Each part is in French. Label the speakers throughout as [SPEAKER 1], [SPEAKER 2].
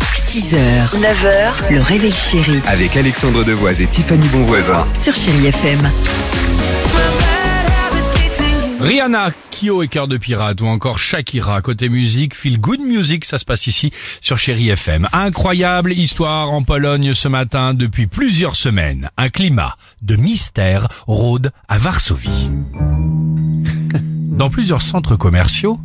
[SPEAKER 1] 6h, 9h, le réveil chéri
[SPEAKER 2] Avec Alexandre Devoise et Tiffany Bonvoisin.
[SPEAKER 1] sur Chéri FM.
[SPEAKER 3] Rihanna, Kyo et Cœur de Pirate ou encore Shakira. Côté musique, feel good music, ça se passe ici sur Chéri FM. Incroyable histoire en Pologne ce matin depuis plusieurs semaines. Un climat de mystère rôde à Varsovie. Dans plusieurs centres commerciaux,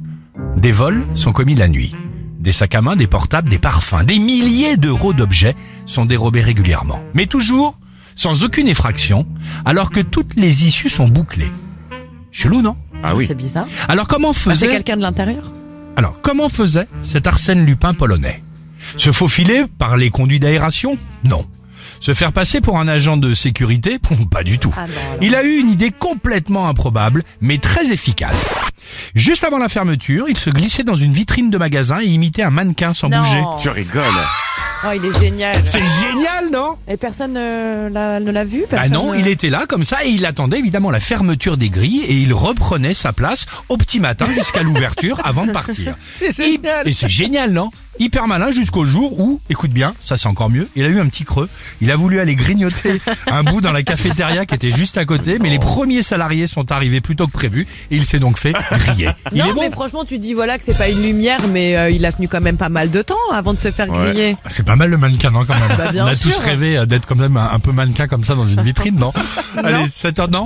[SPEAKER 3] des vols sont commis la nuit. Des sacs à main, des portables, des parfums, des milliers d'euros d'objets sont dérobés régulièrement. Mais toujours sans aucune effraction, alors que toutes les issues sont bouclées. Chelou, non
[SPEAKER 2] Ah oui.
[SPEAKER 4] C'est bizarre.
[SPEAKER 3] Alors comment
[SPEAKER 4] c'est
[SPEAKER 3] faisait
[SPEAKER 4] quelqu'un de l'intérieur
[SPEAKER 3] Alors comment faisait cet Arsène Lupin polonais Se faufiler par les conduits d'aération Non. Se faire passer pour un agent de sécurité Pas du tout.
[SPEAKER 4] Ah non, alors.
[SPEAKER 3] Il a eu une idée complètement improbable, mais très efficace. Juste avant la fermeture, il se glissait dans une vitrine de magasin et imitait un mannequin sans
[SPEAKER 4] Non.
[SPEAKER 3] bouger.
[SPEAKER 2] Tu rigoles.
[SPEAKER 4] Oh, il est génial.
[SPEAKER 3] C'est génial, non
[SPEAKER 4] Et personne euh, l'a- ne l'a vu
[SPEAKER 3] Ah
[SPEAKER 4] personne,
[SPEAKER 3] non,
[SPEAKER 4] euh,
[SPEAKER 3] il était là comme ça et il attendait évidemment la fermeture des grilles et il reprenait sa place au petit matin jusqu'à l'ouverture avant de partir. Hy- Et c'est génial, non Hyper malin jusqu'au jour où, écoute bien, ça c'est encore mieux, il a eu un petit creux, il a voulu aller grignoter un bout dans la cafétéria qui était juste à côté, mais les
[SPEAKER 4] Oh.
[SPEAKER 3] premiers salariés sont arrivés plus tôt que prévu et il s'est donc fait griller. Il
[SPEAKER 4] Non,
[SPEAKER 3] est bon
[SPEAKER 4] mais franchement, tu te dis voilà que c'est pas une lumière, mais euh, il a tenu quand même pas mal de temps avant de se faire griller.
[SPEAKER 3] C'est pas mal le mannequin, non, quand même
[SPEAKER 4] Bah, bien
[SPEAKER 3] On a
[SPEAKER 4] sûr.
[SPEAKER 3] tous rêvé euh, d'être quand même un, un peu mannequin comme ça dans une vitrine, non, Allez, 7 h non